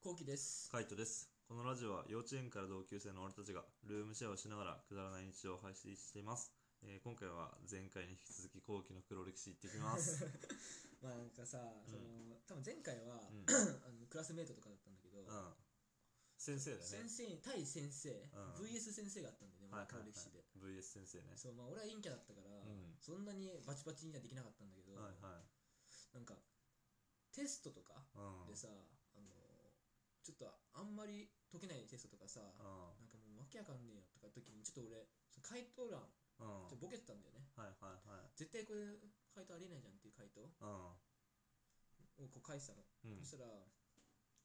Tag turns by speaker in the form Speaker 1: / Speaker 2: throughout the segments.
Speaker 1: こうきです。
Speaker 2: カイトです。このラジオは幼稚園から同級生の俺たちがルームシェアをしながらくだらない日常を配信しています。えー今回は前回に引き続き後期の黒歴史行ってき ます。
Speaker 1: まあなんかさ、
Speaker 2: ん
Speaker 1: その多分前回は、
Speaker 2: うん、
Speaker 1: あのクラスメートとかだったんだけど、
Speaker 2: うん先生だよ
Speaker 1: 先
Speaker 2: ね。
Speaker 1: 生に対先生、
Speaker 2: ん
Speaker 1: VS 先生があったんだよね、
Speaker 2: はい
Speaker 1: 俺
Speaker 2: はいはい
Speaker 1: の歴史で。
Speaker 2: VS 先生ね。
Speaker 1: そうまあ、俺は陰キャだったから、
Speaker 2: ん
Speaker 1: そんなにバチバチにはできなかったんだけど、
Speaker 2: はいはい。
Speaker 1: なんかテストとか
Speaker 2: うん。
Speaker 1: でさ、あのちょっとあんまり解けないテストとかさ、
Speaker 2: う
Speaker 1: なんかもうわけわかんねえよとか時にちょっと俺その回答欄
Speaker 2: ん。うん。
Speaker 1: ちょっとボケてたんだよね
Speaker 2: はいはいはい。
Speaker 1: 絶対これ回答ありえないじゃんっていう回答
Speaker 2: う
Speaker 1: をこう書いてたの、
Speaker 2: ん。うん
Speaker 1: そ。したら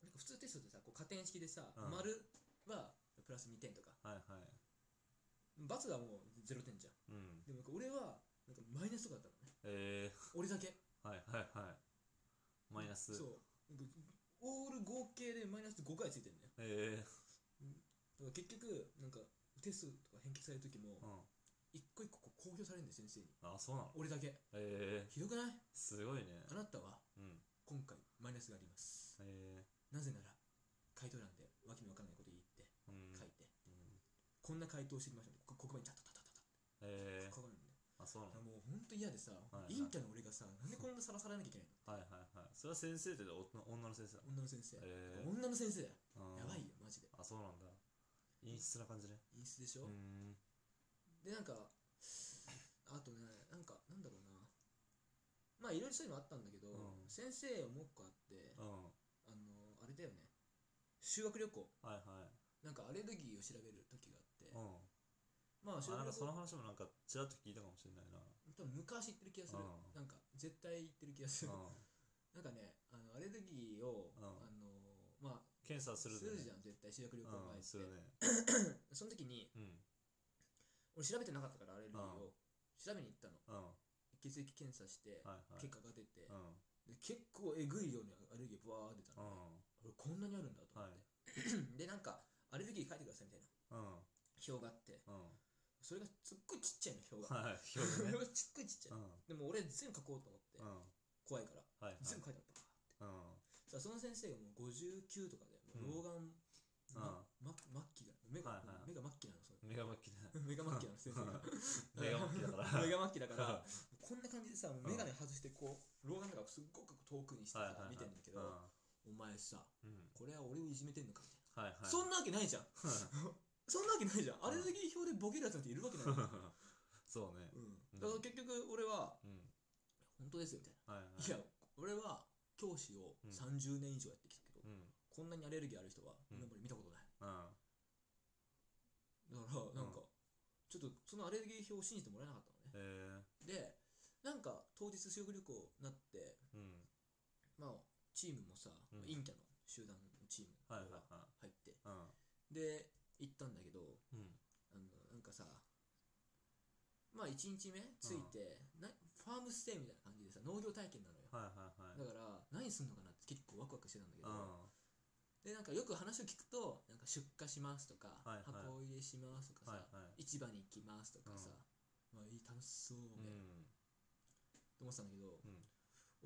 Speaker 1: なんか普通テストってさこう加点式でさ、
Speaker 2: うん
Speaker 1: 丸はプラス2点とか
Speaker 2: はいはい。
Speaker 1: ×がもう0点じゃん
Speaker 2: うん。
Speaker 1: でもなんか俺はなんかマイナスとかだったのね
Speaker 2: え
Speaker 1: 俺だけ
Speaker 2: ー、はいはいはい。マイナス。
Speaker 1: そうなんかオール合計でマイナス5回ついてるんだよ
Speaker 2: え
Speaker 1: だから結局なんかテストとか返却される時も
Speaker 2: ー、うん。
Speaker 1: 一個一個こう公表されるんだよ先生に
Speaker 2: あ、そうなの
Speaker 1: 俺だけ
Speaker 2: えー、
Speaker 1: ひどくない
Speaker 2: すごいね。
Speaker 1: あなたは
Speaker 2: うん。
Speaker 1: 今回マイナスがあります
Speaker 2: え
Speaker 1: なぜなら回答欄でわけのわかんないこと言って
Speaker 2: ー、うん。
Speaker 1: 書いて、
Speaker 2: うん
Speaker 1: こんな回答してきましたねこ黒板にタタタタタタ
Speaker 2: え
Speaker 1: 書かれるんだよ
Speaker 2: ー、あ、そうな
Speaker 1: あもう本当嫌でさ、
Speaker 2: はい
Speaker 1: 陰キャの俺がさ、なんでこんなさらされなきゃいけない
Speaker 2: のはいはいはい。それは先生ってお女の先生な
Speaker 1: の女
Speaker 2: の
Speaker 1: の先生、
Speaker 2: えー、
Speaker 1: 女の先生だよ、
Speaker 2: うん
Speaker 1: やばいよ、マジで。
Speaker 2: あ、そうなんだ。陰湿な感じね。
Speaker 1: 陰湿でし
Speaker 2: う
Speaker 1: ょ、
Speaker 2: ーん。
Speaker 1: で、なんか、あとね、なんか、なんだろうな、まあ、いろいろそういうのあったんだけど、
Speaker 2: うん
Speaker 1: 先生もう一個あって、
Speaker 2: うん。
Speaker 1: あの、あれだよね、修学旅行、
Speaker 2: はいは
Speaker 1: なんかアレルギーを調べる時があって、
Speaker 2: い。うん。
Speaker 1: まあ、修
Speaker 2: あ、な
Speaker 1: 学
Speaker 2: ん
Speaker 1: 旅
Speaker 2: かそ
Speaker 1: 行、
Speaker 2: の話もなんかちらっと聞いたかもしれ ないな。
Speaker 1: 多分昔行ってる気がする、
Speaker 2: うん
Speaker 1: なんか、絶対行ってる気がす
Speaker 2: う
Speaker 1: る。
Speaker 2: ん。
Speaker 1: なんかね、あのアレルギーを、
Speaker 2: うん
Speaker 1: あの、まあ、
Speaker 2: 検査する
Speaker 1: す
Speaker 2: でね
Speaker 1: るじゃん、絶対修学旅行前って。
Speaker 2: うん、するね。
Speaker 1: その時に
Speaker 2: うん。
Speaker 1: 俺調べてなかったからアレルギー
Speaker 2: うん
Speaker 1: を調べに行ったの
Speaker 2: うん。は
Speaker 1: 血液検査して
Speaker 2: いはい。
Speaker 1: 結果が出て
Speaker 2: うん。
Speaker 1: で結構えぐい量にアレルギーバー出た
Speaker 2: うん
Speaker 1: のね。俺こんなにあるんだと思
Speaker 2: は
Speaker 1: っ
Speaker 2: い。
Speaker 1: て でなんかアレルギー書いてくださいみたいな
Speaker 2: うん。
Speaker 1: 表があって
Speaker 2: うん。
Speaker 1: それがすっごいちっちゃいの表が
Speaker 2: はい。
Speaker 1: そ
Speaker 2: 表現
Speaker 1: れ
Speaker 2: ね。
Speaker 1: がすっごいちっちゃ
Speaker 2: う
Speaker 1: い
Speaker 2: ん。
Speaker 1: でも俺全部書こうと思って
Speaker 2: うん。
Speaker 1: 怖いから
Speaker 2: はいはい。
Speaker 1: 全部書いたのバーって
Speaker 2: うん。
Speaker 1: さあその先生がもう59とかでもう老眼まま末期だ目が
Speaker 2: はいはい
Speaker 1: 目が末期なのそれ
Speaker 2: メガマッキだ。
Speaker 1: 目が末期なの先生が
Speaker 2: うんメガマッキだから。
Speaker 1: 目が末期だから
Speaker 2: う
Speaker 1: こんな感じでさ、もう眼鏡外してこう、老眼鏡をすっごく遠くにして
Speaker 2: んはい
Speaker 1: さ
Speaker 2: はい、はい。
Speaker 1: 見てんだけど、お前さ、
Speaker 2: うん。うん。
Speaker 1: これは俺をいじめてんのかみたい
Speaker 2: はいはい。
Speaker 1: な。そんなわけないじゃん。 そんなわけないじゃん。アレルギー表でボケるやつなんているわけない。う
Speaker 2: そうね。
Speaker 1: ん。だから結局俺は、
Speaker 2: うん。
Speaker 1: 本当ですよみたい
Speaker 2: はいはい。
Speaker 1: な。いや、俺は教師を
Speaker 2: うん
Speaker 1: 30年以上やってきたけど、
Speaker 2: うん。
Speaker 1: こんなにアレルギーある人は
Speaker 2: うん
Speaker 1: 今まで見たことない。
Speaker 2: うん。
Speaker 1: だから、なんか、ちょっとそのアレルギー表を信じてもらえなかったのね。
Speaker 2: え
Speaker 1: で、なんか当日修学旅行になって、
Speaker 2: ー、うん。
Speaker 1: まあ、チームもさ、
Speaker 2: うん
Speaker 1: 陰キャの集団のチーム
Speaker 2: はいはい
Speaker 1: が
Speaker 2: は
Speaker 1: 入って、
Speaker 2: い。
Speaker 1: で、行ったんだけど、
Speaker 2: うん。うん。
Speaker 1: あのなんかさ、まあ、1日目着いて、な、ファームステイみたいな感じでさ、農業体験なのよ。
Speaker 2: はいはいはい。
Speaker 1: だから、何すんのかなって結構ワクワクしてたんだけ
Speaker 2: う
Speaker 1: ど、
Speaker 2: ん。
Speaker 1: で、なんかよく話を聞くと、なんか出荷しますとか、
Speaker 2: はいはい
Speaker 1: 箱入れしますとかさ、
Speaker 2: はいはい。
Speaker 1: 市場に行きますとかさ、まあいい、楽しそう
Speaker 2: う
Speaker 1: みたいな、と
Speaker 2: ん。
Speaker 1: 思ってたんだけど、
Speaker 2: うん。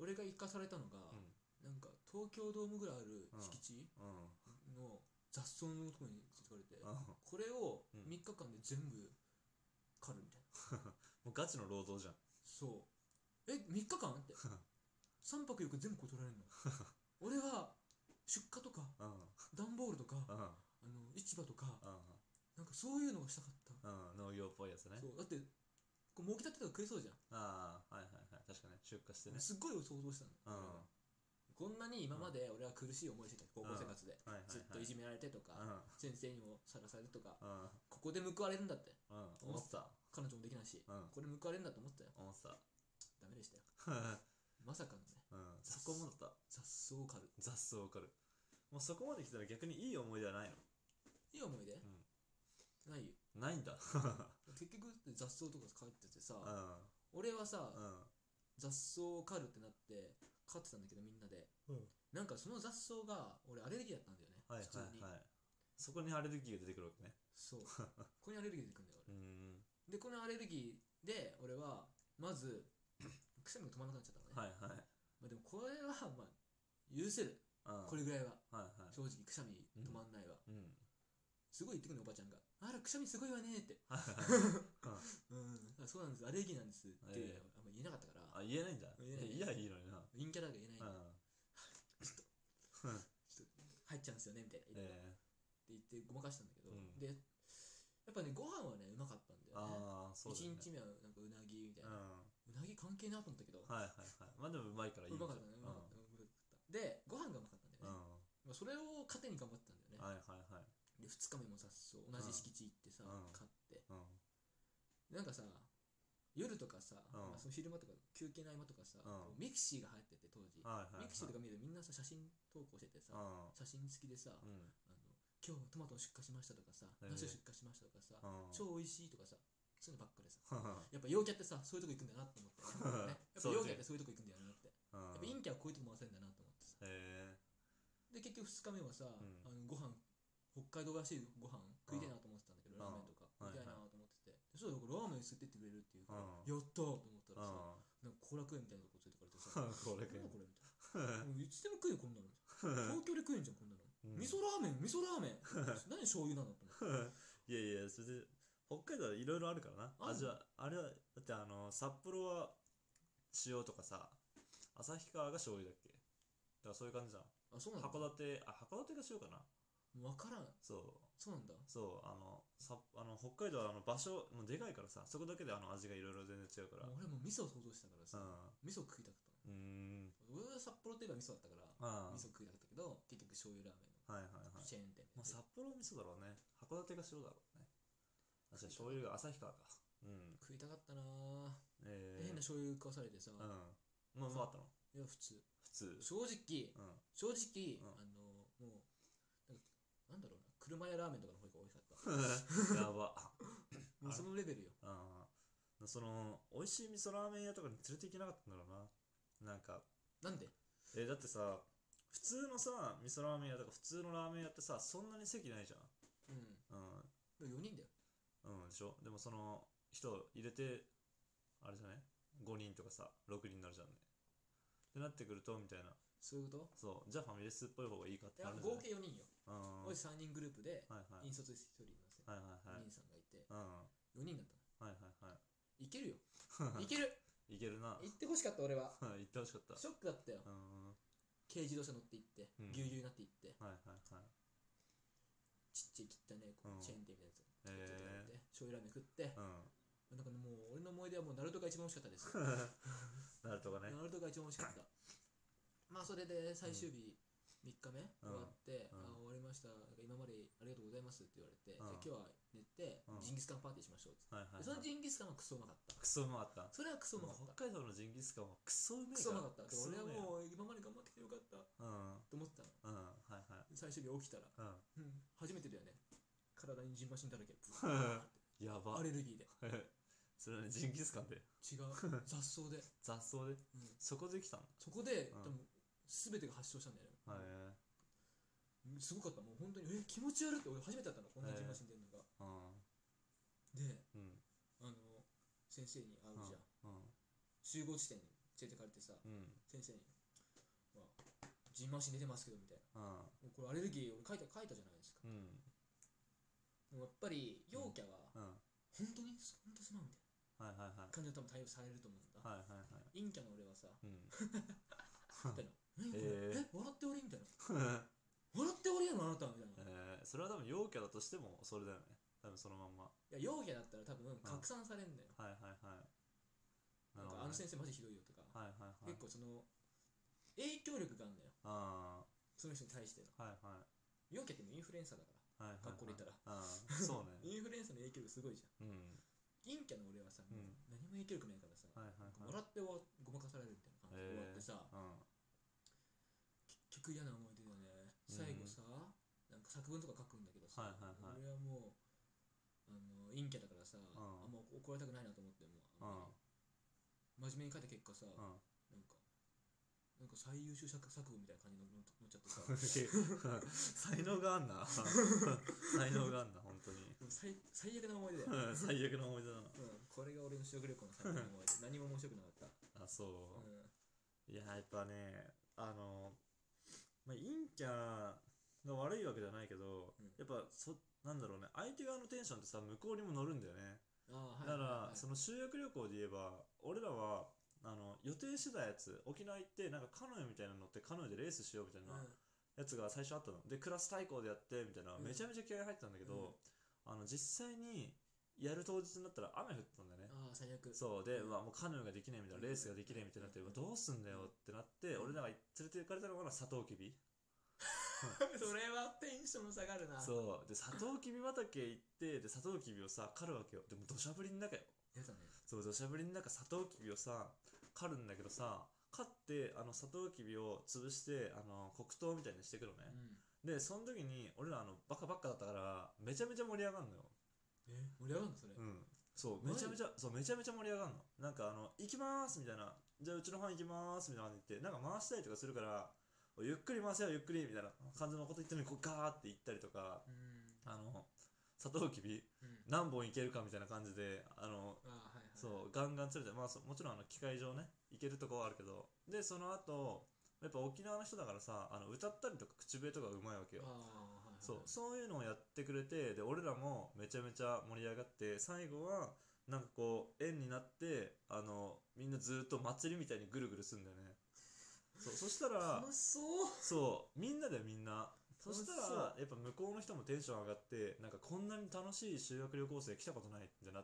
Speaker 1: 俺が行かされたのが、なんか東京ドームぐらいある敷地、
Speaker 2: うん。うん。
Speaker 1: の雑草のところについてかれて、
Speaker 2: うん
Speaker 1: これを
Speaker 2: うん
Speaker 1: 3日間で全部狩るみたいな、
Speaker 2: もうガチの労働じゃん。
Speaker 1: そうえ3日間 って3泊4日全部こう取られるの俺は出荷とか
Speaker 2: うん。
Speaker 1: 段ボールとか
Speaker 2: う
Speaker 1: あ
Speaker 2: ん。
Speaker 1: の市場とか
Speaker 2: う
Speaker 1: なんかそういうのがしたかった、
Speaker 2: ん。うん。農業っぽいやつね。
Speaker 1: そうだってこう儲けたってたら食えそうじゃん、
Speaker 2: ああ、はいはいはい。確かね、出荷してね。
Speaker 1: すっごい想像したの、
Speaker 2: うん。は
Speaker 1: こんなに今まで俺は苦しい思いしてた高校生活で、
Speaker 2: いはい。
Speaker 1: ずっといじめられてとか、
Speaker 2: うん。
Speaker 1: 先生にもさらされてとか
Speaker 2: うん。
Speaker 1: ここで報われるんだって
Speaker 2: うん。思ってた。
Speaker 1: 彼女もできないし、
Speaker 2: うん
Speaker 1: これ報われるんだと思ったよ
Speaker 2: 思ってた。
Speaker 1: ダメでしたよまさかのね
Speaker 2: うん。そこもだった。
Speaker 1: 雑草を狩る
Speaker 2: 雑草わかる。もうそこまで来たら逆にいい思い出はない
Speaker 1: いい思い出、ないよ
Speaker 2: のないんだ。
Speaker 1: 結局雑草とか狩っててさ、
Speaker 2: うん。うん。
Speaker 1: 俺はさ、
Speaker 2: うん。
Speaker 1: 雑草を狩るってなって飼ってたんだけどみんなでなんかその雑草が俺アレルギーだったんだよね、
Speaker 2: はいはい
Speaker 1: 普通に、
Speaker 2: はい。そこにアレルギーが出てくるわけね。
Speaker 1: そう ここにアレルギー出てくるんだよ
Speaker 2: う
Speaker 1: 俺、
Speaker 2: ん。
Speaker 1: でこのアレルギーで俺はま ずくしゃみが止まらなくなっちゃったのね、
Speaker 2: はいはい。
Speaker 1: まあ、でもこれはまあ許せる
Speaker 2: うん
Speaker 1: これぐらいは
Speaker 2: はいはい
Speaker 1: 正直くしゃみ止まんないわ、
Speaker 2: うん
Speaker 1: すごい言ってくるのおばちゃんが「あらくしゃみすごいわね」って
Speaker 2: はいはいはいうん
Speaker 1: 「うんあそうなんですアレルギーなんです」って
Speaker 2: え
Speaker 1: あんま言えなかったから、
Speaker 2: あ言えないんだ
Speaker 1: 言えない
Speaker 2: いやいいのにな
Speaker 1: 陰キャだが言えない、
Speaker 2: うん
Speaker 1: ちょっと入っちゃうんですよねみたいな言って
Speaker 2: え
Speaker 1: 言ってごまかしたんだけど、
Speaker 2: うん
Speaker 1: でやっぱねご飯はねうまかったんだ
Speaker 2: え
Speaker 1: よね
Speaker 2: ああそうだよ
Speaker 1: 1
Speaker 2: ね
Speaker 1: 日目はなんかうなぎみたい
Speaker 2: うん
Speaker 1: な、うなぎ関係なと思ったけど、
Speaker 2: はいはいはいまあでもうまいからいいうよ
Speaker 1: まかったねうまかった、うまかったでご飯がうまかったんだよ
Speaker 2: うん
Speaker 1: ね、
Speaker 2: うん
Speaker 1: まあ、それを糧に頑張ってたんだよね、
Speaker 2: はいはいはい
Speaker 1: で2日目もさそう同じ敷地行ってさ、
Speaker 2: うん
Speaker 1: 買って
Speaker 2: うん
Speaker 1: なんかさ夜とかさ、ま
Speaker 2: うん
Speaker 1: あ、その昼間とか休憩の合間とかさ、
Speaker 2: うん
Speaker 1: ミクシーが流行ってて当時、
Speaker 2: はいは
Speaker 1: ミ
Speaker 2: いはい
Speaker 1: クシーとか見るとみんなさ写真投稿しててさ、写真付きでさ、
Speaker 2: うんうん
Speaker 1: あの今日トマトを出荷しましたとかさ、
Speaker 2: え
Speaker 1: ナ
Speaker 2: え
Speaker 1: スを出荷しましたとかさ、
Speaker 2: うん
Speaker 1: 超美味しいとかさそういうのばっかでさ
Speaker 2: う
Speaker 1: やっぱ陽キャってさそういうとこ行くんだなと思って、ね、や っぱ
Speaker 2: そう
Speaker 1: 陽
Speaker 2: ね
Speaker 1: キャってそういうとこ行くんだよなってやっぱ
Speaker 2: ん
Speaker 1: 陰キャはこういうとこ回せるんだなと思ってさ
Speaker 2: へえ
Speaker 1: で結局2日目はさ、
Speaker 2: ん
Speaker 1: あのご飯北海道らしいご飯食いたいなと思ってたんだけど、
Speaker 2: うん
Speaker 1: ラーメンとか
Speaker 2: う
Speaker 1: 食
Speaker 2: ん
Speaker 1: いたいなと思ってて、そうだラーメン吸ってってくれるっていうから、
Speaker 2: うん
Speaker 1: やったーと思った
Speaker 2: う
Speaker 1: らさ、な
Speaker 2: ん
Speaker 1: んか後楽園みたいなとこ連れてかれて さ、
Speaker 2: これ
Speaker 1: なん
Speaker 2: か
Speaker 1: だこれみたいな。もういつでも食えよ、こんなの。東京で食えんじゃん、こんなの。
Speaker 2: うん
Speaker 1: 味噌ラーメン、味噌ラー メン。何醤油なのと思って。
Speaker 2: いやいや、それで、北海道はいろいろあるからな。
Speaker 1: あるの
Speaker 2: 味は、あれは、だってあの、札幌は塩とかさ、旭川が醤油だっけだからそういう感じじゃん。
Speaker 1: あ、そうなんだ。
Speaker 2: 函館、あ、函館が塩かな
Speaker 1: わからん。
Speaker 2: そう。
Speaker 1: そうなんだ。
Speaker 2: そう、あの、さあの北海道はあの場所、もうでかいからさ、そこだけであの味がいろいろ全然違うから。
Speaker 1: もう俺も味噌を想像してたからさ、
Speaker 2: う
Speaker 1: 味噌食いたかった
Speaker 2: ん。うーん。
Speaker 1: の。俺は札幌といえば味噌だったから、
Speaker 2: ああ
Speaker 1: 味噌食いたかったけど、結局醤油ラーメン
Speaker 2: はいはいはい。
Speaker 1: のチェーン店
Speaker 2: まあ、
Speaker 1: で
Speaker 2: 札幌は味噌だろうね。函館が塩だろうね。あ、じゃあ醤油が旭川か。うん。
Speaker 1: 食いたかったなぁ。
Speaker 2: えー、
Speaker 1: 変な醤油食わされてさ、い
Speaker 2: うん。まあ、うまかったの
Speaker 1: や、普通。
Speaker 2: 普通。
Speaker 1: 正直、
Speaker 2: うん。
Speaker 1: 正直、
Speaker 2: うん
Speaker 1: あの、もう、なんかなんだろうな、車屋ラーメンとかの方が美味しか った。
Speaker 2: やば。
Speaker 1: もうそのレベルよ。
Speaker 2: うん。その、美味しい味噌ラーメン屋とかに連れて行けなかったんだろうな。なんか、
Speaker 1: なんで
Speaker 2: え、だってさ、普通のさ、味噌ラーメン屋とか普通のラーメン屋ってさ、そんなに席ないじゃ
Speaker 1: うん。
Speaker 2: ん。
Speaker 1: 4人だよ。
Speaker 2: うん。うん、でしょでもその、人入れて、あれじゃない ?5 人とかさ、6人になるじゃんね。ってなってくると、みたいな。
Speaker 1: そういうこと
Speaker 2: そう、じゃあファミレスっぽい方がいいかっ
Speaker 1: い
Speaker 2: て
Speaker 1: や
Speaker 2: なるんじゃな
Speaker 1: 合計4人よ。お
Speaker 2: いうん。はい
Speaker 1: じ3人グループで、
Speaker 2: は
Speaker 1: 引
Speaker 2: い。
Speaker 1: 率1人います
Speaker 2: はいは
Speaker 1: お。
Speaker 2: いはい
Speaker 1: 兄さんがいて、
Speaker 2: うん。は
Speaker 1: 4人だったの。
Speaker 2: いは
Speaker 1: い
Speaker 2: い
Speaker 1: けるよ。 いける
Speaker 2: はい。いけるな。
Speaker 1: 行ってほしかった俺は。
Speaker 2: 行ってほしかった。
Speaker 1: ショックだったよ。
Speaker 2: うん。
Speaker 1: 軽自動車乗って行って
Speaker 2: うん、
Speaker 1: ぎゅうぎゅうになって行って、
Speaker 2: はいはいはい。
Speaker 1: ちっちゃい切ったね、こ
Speaker 2: うん
Speaker 1: うチェーン店みたいなやつ。
Speaker 2: へ
Speaker 1: え醤油ラーメン食って、
Speaker 2: う
Speaker 1: なんかもう俺の思い出はもうナルトが一番美味しかったです よ。
Speaker 2: ん。なるとかね。
Speaker 1: ナルトが一番美味しかった。まあそれで最終日3日目終わって、
Speaker 2: うん
Speaker 1: あ終わりました、なんか今までありがとうございますって言われて、じゃあ
Speaker 2: うん
Speaker 1: 今日は寝て
Speaker 2: うん、
Speaker 1: ジンギスカンパーティーしましょうって。
Speaker 2: はいはい、
Speaker 1: でそ
Speaker 2: は
Speaker 1: の
Speaker 2: い。
Speaker 1: ジンギスカンはクソうまかった。
Speaker 2: クソうまかった。
Speaker 1: それはクソうまかった。
Speaker 2: 北海道のジンギスカンはクソうめえ
Speaker 1: クソうまかった。
Speaker 2: ク
Speaker 1: で
Speaker 2: ソうめ
Speaker 1: 俺
Speaker 2: え
Speaker 1: はもう今まで頑張ってきてよかった
Speaker 2: うん。
Speaker 1: と思ってたの。
Speaker 2: うん。はいはい。
Speaker 1: 最終日起きたら、
Speaker 2: うん。
Speaker 1: うん初めてだよね。体にジンマシンだらけ。
Speaker 2: やば
Speaker 1: ア。レルギーで。
Speaker 2: それはね、ジンギスカンで。
Speaker 1: 違う。雑草で。
Speaker 2: 雑草で。
Speaker 1: うん
Speaker 2: そこできたの。
Speaker 1: そこで、
Speaker 2: うん
Speaker 1: 多分全てが発症したんだよ
Speaker 2: はい
Speaker 1: ね。。うんすごかった。もう本当に、え、気持ち悪いって俺初めてだったの。こんなジンマシン出るのが。
Speaker 2: うん。
Speaker 1: で、
Speaker 2: うん。
Speaker 1: あの、先生に会うじゃん。
Speaker 2: うん。
Speaker 1: 集合地点に連れてかれてさ、
Speaker 2: うん。
Speaker 1: 先生に、まあ、ジンマシン出てますけどみたいな。
Speaker 2: うん。
Speaker 1: もうこれアレルギー俺書いた書いたじゃないですか。
Speaker 2: うん。
Speaker 1: でもやっぱり陽キャは
Speaker 2: うん。
Speaker 1: 本当に本当すまんみたい
Speaker 2: はいはいはい
Speaker 1: な。感じで多分対応されると思うんだ。
Speaker 2: はいはいはい。
Speaker 1: 陰キャの俺はさ、
Speaker 2: うん。
Speaker 1: みたいな。何これ
Speaker 2: えー
Speaker 1: え笑って俺みたいな。笑って俺やのあなたみたいな。い
Speaker 2: えー、それは多分陽キャだとしてもそれだよね。多分そのまんま。
Speaker 1: や、陽キャだったら多分拡散されるんだよ。
Speaker 2: はいはいはい。
Speaker 1: な
Speaker 2: る
Speaker 1: んかあの
Speaker 2: ほどね
Speaker 1: 先生マジひどいよとか。
Speaker 2: はいはいはい
Speaker 1: 結。構その、影響力があるんだよ。
Speaker 2: あ
Speaker 1: その人に対しての。
Speaker 2: あ。はいはい。
Speaker 1: 陽キャってもうインフルエンサーだから。
Speaker 2: はいはいはい、
Speaker 1: 学校でいたら
Speaker 2: うんそうね。
Speaker 1: インフルエンサーの影響力すごいじゃん。
Speaker 2: うん。
Speaker 1: 陰キャの俺はさ、もう
Speaker 2: うん
Speaker 1: 何も影響力ないからさ、
Speaker 2: はいはい
Speaker 1: 笑
Speaker 2: はい。
Speaker 1: ってはごまかされるみたいな感じで終わってさ、
Speaker 2: う
Speaker 1: 結局嫌な思い出だね。
Speaker 2: うん
Speaker 1: 最後さ、なんか作文とか書くんだけどさ、
Speaker 2: はいはい
Speaker 1: 俺
Speaker 2: はい
Speaker 1: はもう、あの陰キャだからさ、あんま怒られたくないなと思って、もうあ
Speaker 2: ん。う
Speaker 1: まり。
Speaker 2: ん
Speaker 1: 真面目に書いた結果さ、
Speaker 2: う
Speaker 1: なん
Speaker 2: ん。
Speaker 1: か、なんか最優秀作作文みたいな感じのの乗っちゃってさ、
Speaker 2: 才能があんな。才能があんな、本当に。
Speaker 1: でも最最悪な思い出だよ。
Speaker 2: うん最悪の思い出だな。
Speaker 1: うん、これが俺の修学旅行の最悪な思い出。何も面白くなかった。
Speaker 2: あ、
Speaker 1: う
Speaker 2: そ
Speaker 1: ん、
Speaker 2: う。いや、やっぱね、あの、まあ、陰キャが悪いわけじゃないけど、
Speaker 1: うん
Speaker 2: やっぱそなんだろうね相手側のテンションってさ向こうにも乗るんだよね
Speaker 1: あ
Speaker 2: だ
Speaker 1: あ
Speaker 2: か
Speaker 1: はいはいは
Speaker 2: ら
Speaker 1: い
Speaker 2: その修学旅行で言えば俺らはあの予定してたやつ沖縄行ってなんかカヌーみたいなの乗ってカヌーでレースしようみたいな
Speaker 1: うん
Speaker 2: やつが最初あったのでクラス対抗でやってみたいな
Speaker 1: うん
Speaker 2: めちゃめちゃ気合い入ってたんだけど、あの実際にやる当日になったら雨降ってたんだよね
Speaker 1: ああ最悪
Speaker 2: そうで、
Speaker 1: うん
Speaker 2: うわもうカヌーができないみたいなレースができないみたいになって、
Speaker 1: うん
Speaker 2: うわどうすんだよってなって、
Speaker 1: うん
Speaker 2: 俺らが連れて行かれたのがサトウキビ、
Speaker 1: それはテンション下がるな
Speaker 2: そうでサトウキビ畑行ってでサトウキビをさ狩るわけよでも土砂降りの中よ
Speaker 1: やだね
Speaker 2: そう土砂降りの中サトウキビをさ狩るんだけどさ狩ってあのサトウキビを潰してあの黒糖みたいにしてくのね、
Speaker 1: うん
Speaker 2: でその時に俺らあのバカバカだったからめちゃめちゃ盛り上がるのよ
Speaker 1: え盛り上がるのそれ
Speaker 2: うんそう
Speaker 1: マ
Speaker 2: め
Speaker 1: ジ
Speaker 2: ちゃめちゃそうめちゃめちゃ盛り上がるのなんかあの行きますみたいなじゃあうちの班行きますみたいな感じで言ってなんか回したりとかするからおいゆっくり回せよゆっくりみたいな感じのこと言ってるのにこうガーって行ったりとか
Speaker 1: うん
Speaker 2: あのサトウキ
Speaker 1: う
Speaker 2: ビ
Speaker 1: ん
Speaker 2: 何本いけるかみたいな感じであの
Speaker 1: ああはいはい
Speaker 2: そうガンガン釣れて、まあ、そもちろんあの機械上ね行けるとこはあるけどでその後やっぱ沖縄の人だからさあの歌ったりとか口笛とかうまいわけよ
Speaker 1: ああはいはい
Speaker 2: そうそういうのをやってくれてで俺らもめちゃめちゃ盛り上がって最後はなんかこう円になってあのみんなずっと祭りみたいにぐるぐるするんだよねそうそしたら
Speaker 1: 楽しそう
Speaker 2: そうみんなだよみんなそした
Speaker 1: 楽し
Speaker 2: らやっぱ向こうの人もテンション上がってなんかこんなに楽しい修学旅行生来たことないってなっ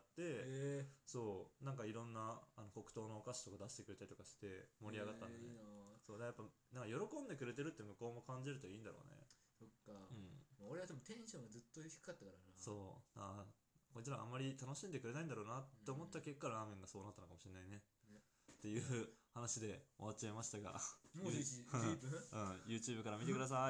Speaker 1: え
Speaker 2: て、そうなんかいろんなあの黒糖のお菓子とか出してくれたりとかして盛り上がったんだね、
Speaker 1: いいな
Speaker 2: そうだからやっぱなんか喜んでくれてるって向こうも感じるといいんだろうね
Speaker 1: そっか
Speaker 2: うん
Speaker 1: 俺はでもテンションがずっと低かったからな
Speaker 2: そうあーこいつらあんまり楽しんでくれないんだろうなって思った結果、ラーメンがそうなったのかもしれないね
Speaker 1: ね
Speaker 2: っていう話で終わっちゃいましたが、
Speaker 1: もう11 11分
Speaker 2: うん、YouTube から見てください